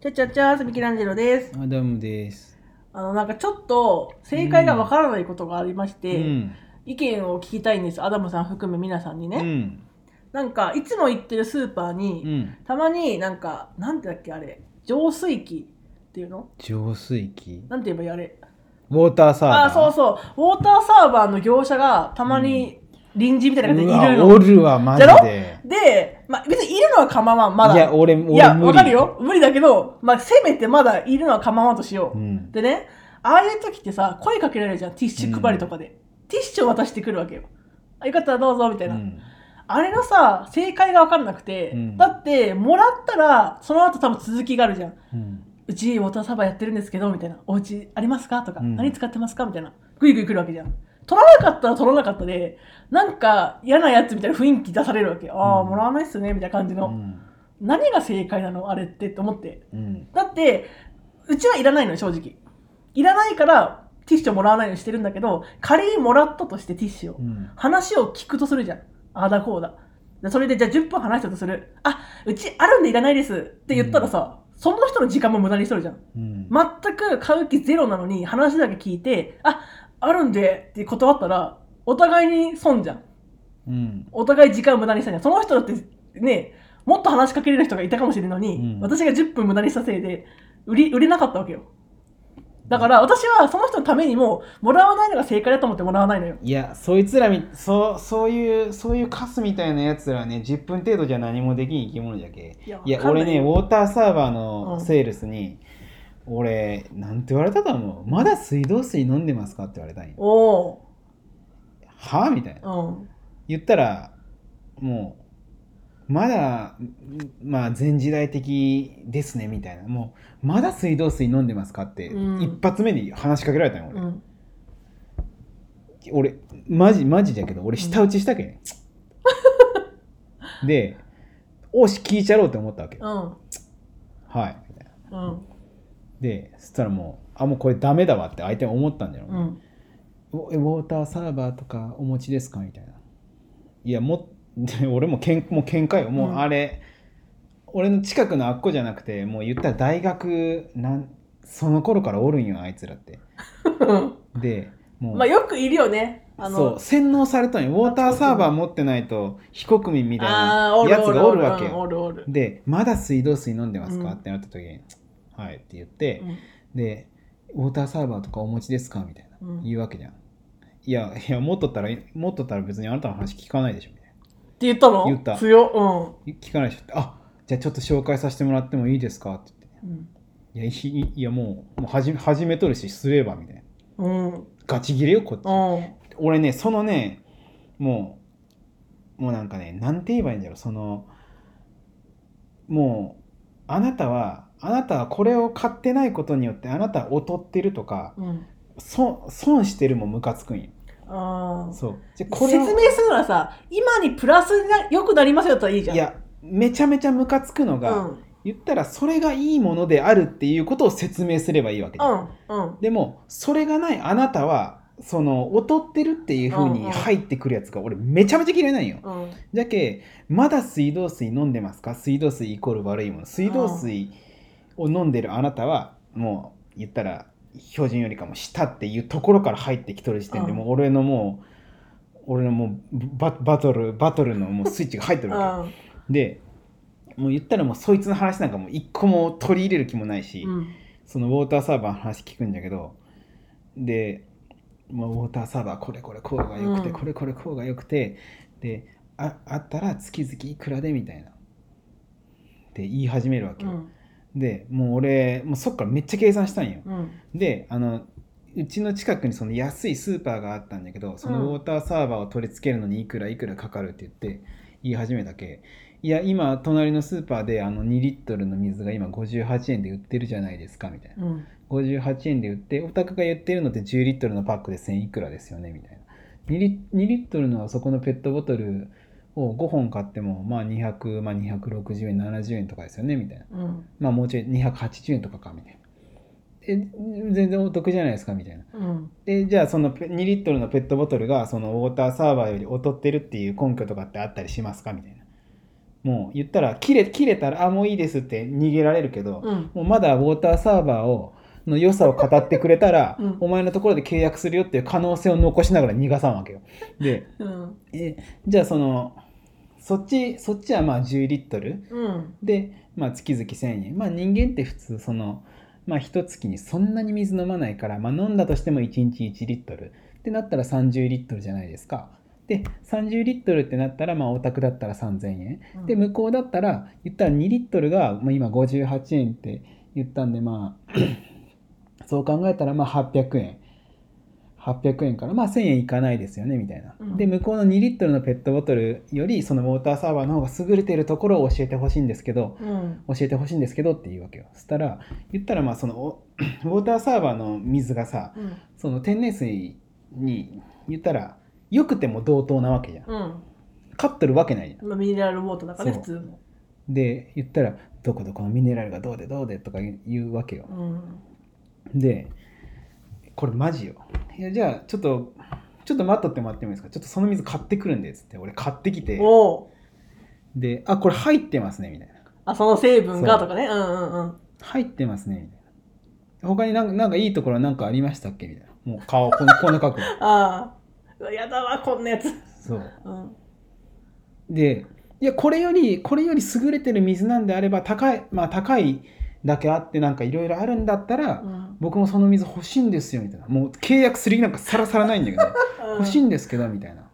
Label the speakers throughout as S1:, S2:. S1: ちゃちゃちゃーす、ミキランジェロです。
S2: アダムです。
S1: あの、なんかちょっと正解がわからないことがありまして、
S2: うん。
S1: 意見を聞きたいんです。アダムさん含め皆さんにね。
S2: うん。
S1: なんか、いつも行ってるスーパーに、
S2: うん。
S1: たまになんか、なんてだっけあれ、浄水器っていうの
S2: 浄水器。
S1: なんて言えばいいあれ。
S2: ウォーターサーバー。
S1: あー、そうそう。ウォーターサーバーの業者がたまに臨時みたいな感じでいる
S2: わ、
S1: の。
S2: おるわ、マジ
S1: じゃ
S2: で。
S1: で、まあ、別にいるのは構わん、まだ。
S2: いや、俺、俺無理。
S1: いや、わかる。よ。無理だけど、まあ、せめてまだいるのは構わんとしよう。
S2: うん。
S1: でね、ああいう時ってさ、声かけられるじゃん、ティッシュ配りとかで。ティッシュを渡してくるわけよ。あよかったらどうぞみた
S2: う
S1: いな。
S2: ん。
S1: あれのさ、正解が分かんなくて、
S2: うん
S1: だって、もらったら、その後多分続きがあるじゃん。
S2: うん。
S1: うち、ウォーターサーバーやってるんですけど、みたいな。お家ありますかとか、
S2: うん
S1: 何使ってますかみたいな。グイグイ来るわけじゃん。取らなかったら取らなかったで、なんか嫌なやつみたいな雰囲気出されるわけよ。ああ、
S2: うん
S1: もらわないっすね、みたいな感じの。何が正解なのあれってって思って。
S2: うん。
S1: だってうちはいらないのよ正直いらないからティッシュをもらわないようにしてるんだけど仮にもらったとしてティッシュを、
S2: うん。
S1: 話を聞くとするじゃんああだこうだでそれでじゃあ10分話したとするあうちあるんでいらないですって言ったらさ、その人の時間も無駄にしとるじゃん
S2: うん。
S1: 全く買う気ゼロなのに話だけ聞いてああるんでって断ったらお互いに損じゃん
S2: うん。
S1: お互い時間を無駄にしたねその人だってねもっと話しかけれる人がいたかもしれないのに、
S2: うん
S1: 私が10分無駄にしたせいで売り売れなかったわけよだから私はその人のためにももらわないのが正解だと思ってもらわないのよ
S2: いや、そいつらみ、そう、そういう、そういうカスみたいなやつらはね、10分程度じゃ何もできん生き物じゃけ。
S1: いや
S2: いや
S1: わかんな
S2: 俺
S1: い
S2: ねウォーターサーバーの
S1: うん
S2: セールスに、俺なんて言われたと思うまだ水道水飲んでますかって言われたんよ
S1: お
S2: はあみたいな
S1: おうん
S2: 言ったらもうまだんまあ全時代的ですねみたいなもうまだ水道水飲んでますかって、
S1: うん
S2: 一発目に話しかけられたんよ
S1: うん
S2: 俺、俺マジマジだけど俺
S1: うん
S2: 舌打ちしたけん、でおし聞いちゃろうって思ったわけ、
S1: うん
S2: はいみたいな
S1: うん
S2: でそしたらもうあもうこれダメだわって相手は思ったんだよ、
S1: う
S2: ね
S1: ん
S2: おえウォーターサーバーとかお持ちですかみたいないやもっ で俺もけんもう喧嘩よもううんあれ、俺の近くのあっこじゃなくてもう言ったら大学なんその頃からおるんよあいつらってでもう、
S1: まあよくいるよねあ
S2: そ
S1: の
S2: う洗脳されたんよウォーターサーバー持ってないと非国民みたい
S1: あ
S2: な
S1: ーおる
S2: やつがおるわけ
S1: うんお
S2: よ
S1: るおる
S2: でまだ水道水飲んでますか、
S1: うん
S2: ってなった時に「はい」って言って、
S1: うん
S2: で「ウォーターサーバーとかお持ちですか?」みたいな
S1: うん
S2: 言うわけじゃん。いやいや持っとったら持っとったら別にあなたの話聞かないでしょみたい
S1: って言ったの
S2: 言った
S1: 強
S2: な聞かないでしょってあじゃあちょっと紹介させてもらってもいいですかって言って
S1: うん
S2: いやいいいやもうもう始め始めとるしすればみたいな
S1: うんうん
S2: ガチギレよこっち、
S1: うん
S2: 俺ねそのねもうもうなんかねなんて言えばいいんだろうそのもうあなたはあなたはこれを買ってないことによってあなたは劣ってるとか
S1: うん
S2: 損損してるもムカつくんよ
S1: ああ
S2: そうじゃあこ
S1: 説
S2: れを
S1: 明するならさ今にプラスにな良くなりますよだったらいいじゃん
S2: いやめちゃめちゃムカつくの
S1: う
S2: が、
S1: んうん
S2: 言ったらそれがいいものであるっていうことを説明すればいいわけじゃん
S1: うん
S2: でもそれがないあなたはその劣ってるっていう風
S1: うんう
S2: に
S1: ん
S2: 入ってくるやつが俺めちゃめちゃ嫌いなんよ
S1: うん
S2: じゃけまだ水道水飲んでますか水道水イコール悪いもの水道水を飲んでるあなたはもう言ったら標準よりかも下っていうところから入ってきとる時点で
S1: うん
S2: もう俺のもう俺のもうババトルバトルのもうスイッチが入って
S1: う
S2: るわけよ
S1: ん
S2: でもう言ったらもうそいつの話なんかもう一個も取り入れる気もないし、
S1: うん
S2: そのウォーターサーバーの話聞くんだけどで、まあ、ウォーターサーバーこれこれこうがよくて、
S1: うん
S2: これこれこうがよくてでああったら月々いくらでみたいなって言い始めるわけ
S1: う
S2: よ、
S1: ん
S2: でもう俺もうそっからめっちゃ計算したんよ
S1: うん
S2: であのうちの近くにその安いスーパーがあったんだけどそのウォーターサーバーを取り付けるのにいくらいくらかかるって言って言い始めたけいや今隣のスーパーであの2リットルの水が今58円で売ってるじゃないですかみたいな
S1: うん
S2: 58円で売ってお宅が言ってるのって10リットルのパックで1000いくらですよねみたいな2リ ,2 リットルのそこのペットボトルを5本買ってもまあ200、まあ、260円70円とかですよねみたいな
S1: うん
S2: まあもうちょい280円とかかみたいな。え全然お得じゃないですかみたいな。
S1: うん
S2: でじゃあそのペ2リットルのペットボトルがそのウォーターサーバーより劣ってるっていう根拠とかってあったりしますかみたいな。もう言ったら切れ切れたら「あもういいです」って逃げられるけど、
S1: うん。
S2: もうまだウォーターサーバーをの良さを語ってくれたら、
S1: うん
S2: お前のところで契約するよっていう可能性を残しながら逃がさんわけよ。で
S1: うん。
S2: えじゃあそのそっちそっちはまあ10リットル
S1: うん。
S2: で、まあ、月々1,000円まあ人間って普通そのまあ一月にそんなに水飲まないから、まあ、飲んだとしても1日1リットルってなったら30リットルじゃないですか。で30リットルってなったら、まあ、お宅だったら3,000円で向こうだったら言ったら2リットルが、まあ、今58円って言ったんでまあ そう考えたらまあ800円800円からまあ1000円いかないですよねみたいな、
S1: うん
S2: で向こうの2リットルのペットボトルよりそのウォーターサーバーの方が優れてるところを教えてほしいんですけど
S1: うん。
S2: 教えてほしいんですけどって言うわけよそしたら言ったらまあそのおウォータ ーサーバーの水がさ
S1: うん。
S2: その天然水に言ったら良くても同等なわけじゃん
S1: うん。
S2: 勝っとるわけないじゃん
S1: まあミネラルウォーターだからね、
S2: そ
S1: 普
S2: う
S1: 通の。
S2: で言ったら「どこどこのミネラルがどうでどうで」とか言う言うわけよ
S1: うん。
S2: でこれマジよいやじゃあちょっとちょっと待っとってもらってもいいですかちょっとその水買ってくるんでっつって俺買ってきて
S1: おお。
S2: で「あこれ入ってますね」みたいな
S1: あ、その成分がとかね。うんうんうん。
S2: 「入ってますね」みたいな他になんかなんかいいところなんかありましたっけみたいなもう顔こんこんな角度
S1: ああ。うわやだわ、こんなやつ。
S2: そう
S1: うん。
S2: でいやこれよりこれより優れてる水なんであれば高いまあ高いだけあってなんかいろいろあるんだったら、
S1: うん。
S2: 僕もその水欲しいんですよみたいなもう契約する気なんかさらさらない んだけど欲しい
S1: い。
S2: んですけどみたいな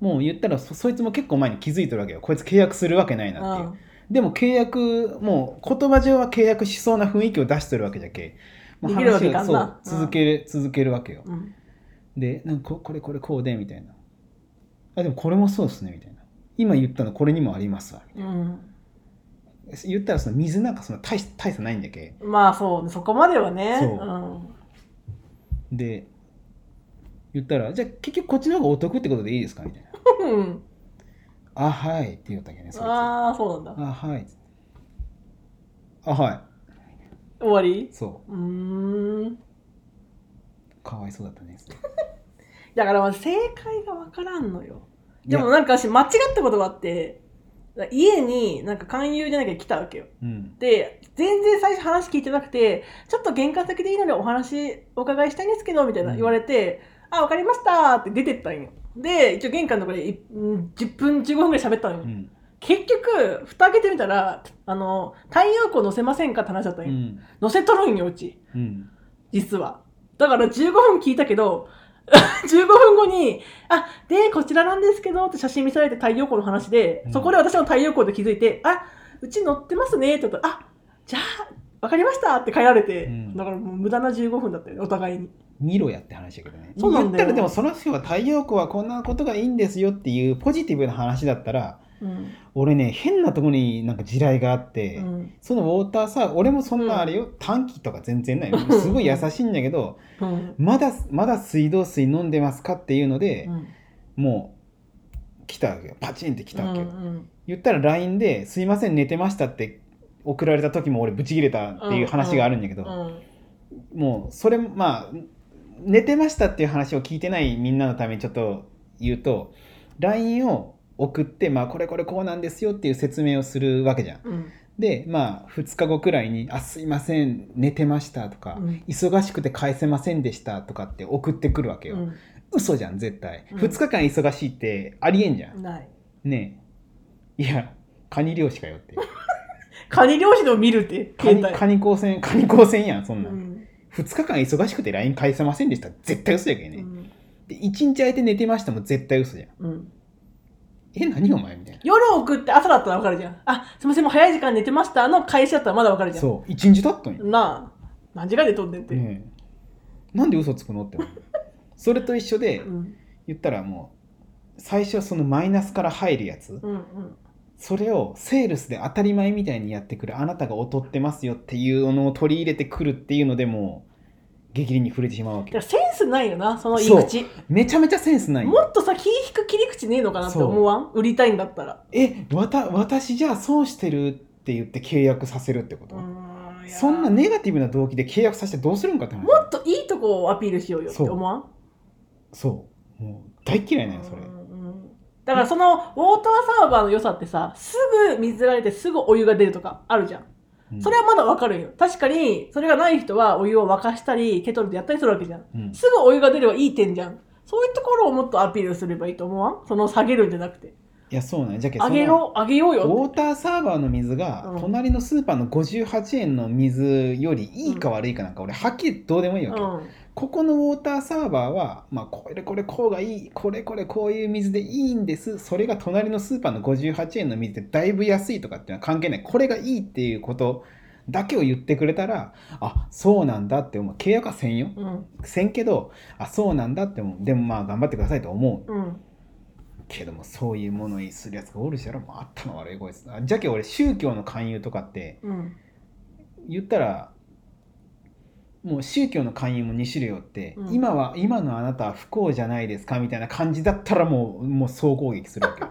S2: もう言ったらそそいつも結構前に気づいてるわけよこいつ契約するわけないうなっていう、
S1: ん。
S2: でも契約もう言葉上は契約しそうな雰囲気を出してるわけじゃけもう
S1: できるわけ
S2: 話が
S1: いかんな
S2: そ
S1: う
S2: う
S1: ん
S2: 続ける、続けるわけよ
S1: うん。
S2: でなんかここれこれこうでみたいなあでもこれもそうですねみたいな今言ったのこれにもありますわ
S1: うん。
S2: 言ったらその水なんかその大し大差ないんだけ
S1: まあそうね、そこまではね。
S2: そう
S1: うん。
S2: で言ったらじゃあ結局こっちの方がお得ってことでいいですかみたいな
S1: うん
S2: 「あはい」って言ったっけねそいつあ
S1: ああ、そうなんだ。
S2: はい」あは
S1: 終わり
S2: い」そう
S1: ーん。
S2: うかわいそうだったねつって
S1: だからまあ正解が分からんのよ。
S2: い
S1: で
S2: や
S1: もなんか私間違ったことがあって、家になんか勧誘じゃなきゃ来たわけよ。
S2: うん
S1: で、全然最初話聞いてなくて、ちょっと玄関先でいいのでお話お伺いしたいんですけど、みたいな
S2: うん
S1: 言われて、あ、わかりましたって出てったんよ。で、一応玄関のとこでいうん10分、15分ぐらい喋ったのよ。
S2: うん
S1: 結局、蓋開けてみたら、あの、太陽光乗せませんかって話だったん
S2: う
S1: よ。
S2: ん
S1: 乗せとるんよ、うち。
S2: うん
S1: 実は。だから15分聞いたけど、15分後に、あ、で、こちらなんですけど、って写真見せられて太陽光の話で、
S2: うん
S1: そこで私の太陽光で気づいて、あ、うち乗ってますね、って言ったら、あ、じゃあ、わかりましたって帰られて、
S2: うん
S1: だからもう無駄な15分だったよね、お互いに。
S2: 見ろやって話だけどね
S1: そうなんだよ
S2: 言ったらでもその人は太陽光はこんなことがいいんですよっていうポジティブな話だったら
S1: うん。
S2: 俺ね変なとこになんか地雷があって、
S1: うん。
S2: そのウォーターさ俺もそんなあれよ、短期とか全然ないよすごい優しいんだけど
S1: うん。
S2: まだまだ水道水飲んでますかっていうので、もう来たわけよパチンって来たわけよ、
S1: うん
S2: 言ったら LINE で「すいません寝てました」って送られた時も俺ブチ切れたっていう話があるんだけど、
S1: うん。
S2: もうそれまあ寝てましたっていう話を聞いてないみんなのためにちょっと言うと LINE を送って、まあ、これこれこうなんですよっていう説明をするわけじゃん。
S1: うん。
S2: でまあ2日後くらいに「あすいません寝てました」とか、
S1: うん
S2: 忙しくて返せませんでした」とかって送ってくるわけよ。
S1: う
S2: 嘘じゃん絶対、
S1: うん
S2: 2日間忙しいってありえんじゃん
S1: ん。ない。
S2: ねえいやカニ漁師か よっていう
S1: カニ漁師の見るって、
S2: カニカニ光線カニ光線やんそん
S1: う
S2: なん、
S1: ん。
S2: 2日間忙しくて LINE 返せませんでした絶対嘘やけど
S1: う
S2: ね、
S1: ん。
S2: で1日空いて寝てましたも絶対嘘じゃん
S1: うん。
S2: え何お前みたいな
S1: 夜送って朝だったらわかるじゃん。あ、すみません、もう早い時間寝てましたの会社だったらまだわかるじゃん。
S2: そう1日経ったんよ、
S1: なあ、何時間で飛んでんって。
S2: ねえなんで嘘つくのって 思うそれと一緒で
S1: うん、
S2: 言ったらもう最初そのマイナスから入るやつ、
S1: うん、うん。
S2: それをセールスで当たり前みたいにやってくるあなたが劣ってますよっていうのを取り入れてくるっていうのでもう激励に触れてしまうわ
S1: だ
S2: け
S1: からセンスないよな、その言い口。
S2: めちゃめちゃセンスない
S1: もっとさ、気引く切り口ねえのかなって思わん売りたいんだったら。
S2: えわた私じゃあ損してるって言って契約させるってこと、
S1: うーんいや
S2: そんなネガティブな動機で契約させてどうするんかって話
S1: もっといいとこをアピールしようよって
S2: そう
S1: 思わん
S2: そうもう大嫌いなのよそれ
S1: うんうんだからそのウォーターサーバーの良さってさすぐ水が出てすぐお湯が出るとかあるじゃん
S2: うん
S1: それはまだわかるんよ確かにそれがない人はお湯を沸かしたりケトルでやったりするわけじゃん
S2: うん
S1: すぐお湯が出ればいい点じゃんそういうところをもっとアピールすればいいと思わんその下げるんじゃなくて
S2: いやそうなんやじゃけ
S1: 上げろ上げよう
S2: そのウォ
S1: よ
S2: ーターサーバーの水が
S1: うん
S2: 隣のスーパーの58円の水よりいいか悪いかなんか俺はっきりどうでもいいわけ、
S1: うん
S2: ここのウォーターサーバーは、まあ、これこれこうがいいこれこれこういう水でいいんですそれが隣のスーパーの58円の水でだいぶ安いとかっていうのは関係ないこれがいいっていうことだけを言ってくれたらあそうなんだって思う契約はせんよ
S1: うん
S2: せんけどあそうなんだって思うでもまあ頑張ってくださいと思う
S1: うん
S2: けどもそういうものにするやつがおるしやろもうあったの悪いこいつあじゃけ俺宗教の勧誘とかって
S1: うん
S2: 言ったらもう宗教の勧誘も2種類あって、
S1: うん
S2: 今は今のあなたは不幸じゃないですかみたいな感じだったらもうもう総攻撃す るわけよ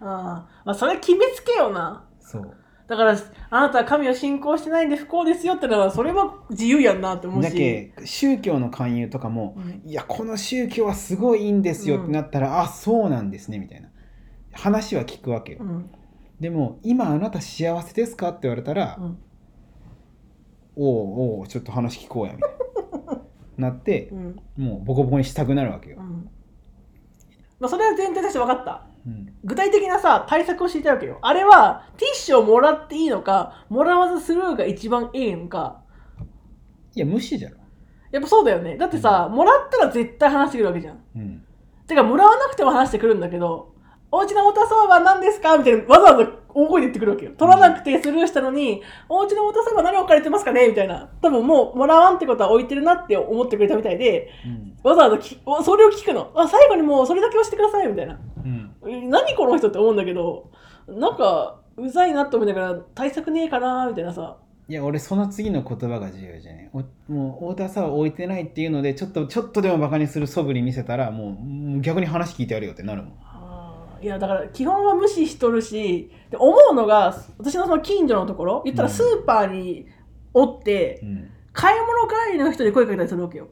S1: あーまあそれ決めつけよな
S2: そう
S1: だからあなたは神を信仰してないんで不幸ですよってのはそれは自由やんなって思う
S2: だ
S1: し
S2: け宗教の勧誘とかも
S1: うん
S2: いやこの宗教はすごいいいんですよってなったら、あそうなんですねみたいな話は聞くわけよ、
S1: うん
S2: でも今あなた幸せですかって言われたら、
S1: うん
S2: おうおうちょっと話聞こうやみたいななって
S1: うん
S2: もうボコボコにしたくなるわけ
S1: う
S2: よ、
S1: んまあそれは前提として分かった
S2: うん
S1: 具体的なさ対策を知りたいわけよあれはティッシュをもらっていいのかもらわずスルーが一番ええのか
S2: いや無視じゃろ、
S1: やっぱそうだよねだってさ、もらったら絶対話してくるわけじゃん
S2: うん、
S1: てかもらわなくても話してくるんだけどおうちのウォーターサーバー何ですかみたいなわざわざ大声で言ってくるわけよ取らなくてスルーしたのに、おうちのウォーターサーバー何置かれてますかねみたいな多分もうもらわんってことは置いてるなって思ってくれたみたいで
S2: うん
S1: わざわざきおそれを聞くのあ最後にもうそれだけ押してくださいみたいな
S2: うん
S1: 何この人って思うんだけどなんかうざいなって思いながら対策ねえかなみたいなさ
S2: いや俺その次の言葉が重要じゃねおもう太田さんは置いてないっていうのでちょっとちょっとでもバカにする素振り見せたらもうもう逆に話聞いてやるよってなるもん
S1: いやだから基本は無視しとるしで思うのが私のその近所のところ言ったらスーパーにおって、
S2: うん、
S1: 買い物帰りの人に声かけたりするわけよ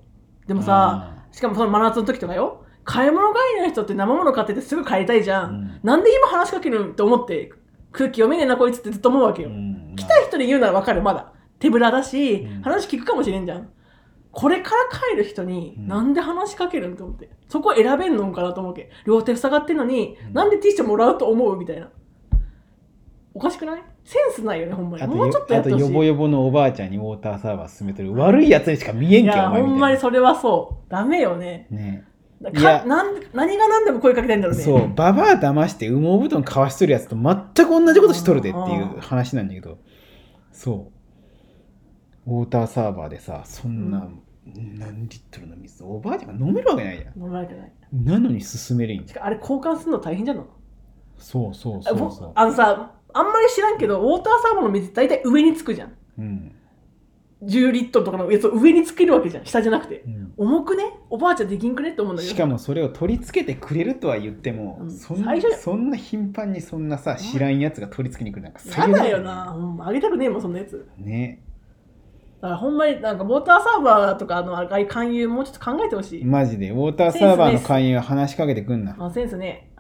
S1: でもさしかもその真夏の時とかよ買い物帰りの人って生物買っててすぐ帰りたいじゃ
S2: あー
S1: ん、なんで今話しかけるんって思って空気読めねえなこいつってずっと思うわけ
S2: う
S1: よ、
S2: んうん、
S1: 来た人に言うならわかるまだ手ぶらだし、
S2: うん
S1: 話聞くかもしれんじゃんこれから帰る人に
S2: うん
S1: なんで話しかけるんと思ってそこ選べんのんかなと思うわけ両手塞がってんのに、
S2: うん
S1: なんでティッシュもらうと思うみたいなおかしくないセンスないよねほんまに
S2: あと
S1: もうちょっとや
S2: あ
S1: って
S2: と
S1: ほしい
S2: ヨボヨボのおばあちゃんにウォーターサーバー進めてる悪いやつにしか見えん
S1: い
S2: けん
S1: や
S2: お前
S1: ほ
S2: みたいなん
S1: まにそれはそうダメよね
S2: ね
S1: か
S2: いや
S1: なん何が何でも声かけたいんだろうね
S2: そうババア騙して羽毛布団かわしとるやつと全く同じことしとるでってい
S1: あ
S2: う話なんだけどそうウォーターサーバーでさそんな、何リットルの水おばあちゃんが飲めるわけないじゃ
S1: 飲まれてない
S2: んなのに進めるん
S1: し
S2: や
S1: かもあれ交換するの大変じゃない
S2: そうそう
S1: あ
S2: そうそ
S1: ぼあのさあんまり知らんけどウォーターサーバーの水大体上につくじゃん
S2: う、うん
S1: 10リットルとかのやつを上につけるわけじゃん下じゃなくて
S2: うん、
S1: 重くねおばあちゃんできんくねって思うんだけど
S2: しかもそれを取り付けてくれるとは言っても、
S1: うん
S2: そんな
S1: 最初に
S2: そんな頻繁にそんなさ知らんやつが取り付けに来るなんか
S1: やだよな、ほんまあげたくねえもんそんなやつ
S2: ね
S1: だからほんまになんかウォーターサーバーとかのああいう勧誘もうちょっと考えてほしい、
S2: マジでウォーターサーバーの勧誘は話しかけてくんな
S1: あセンスね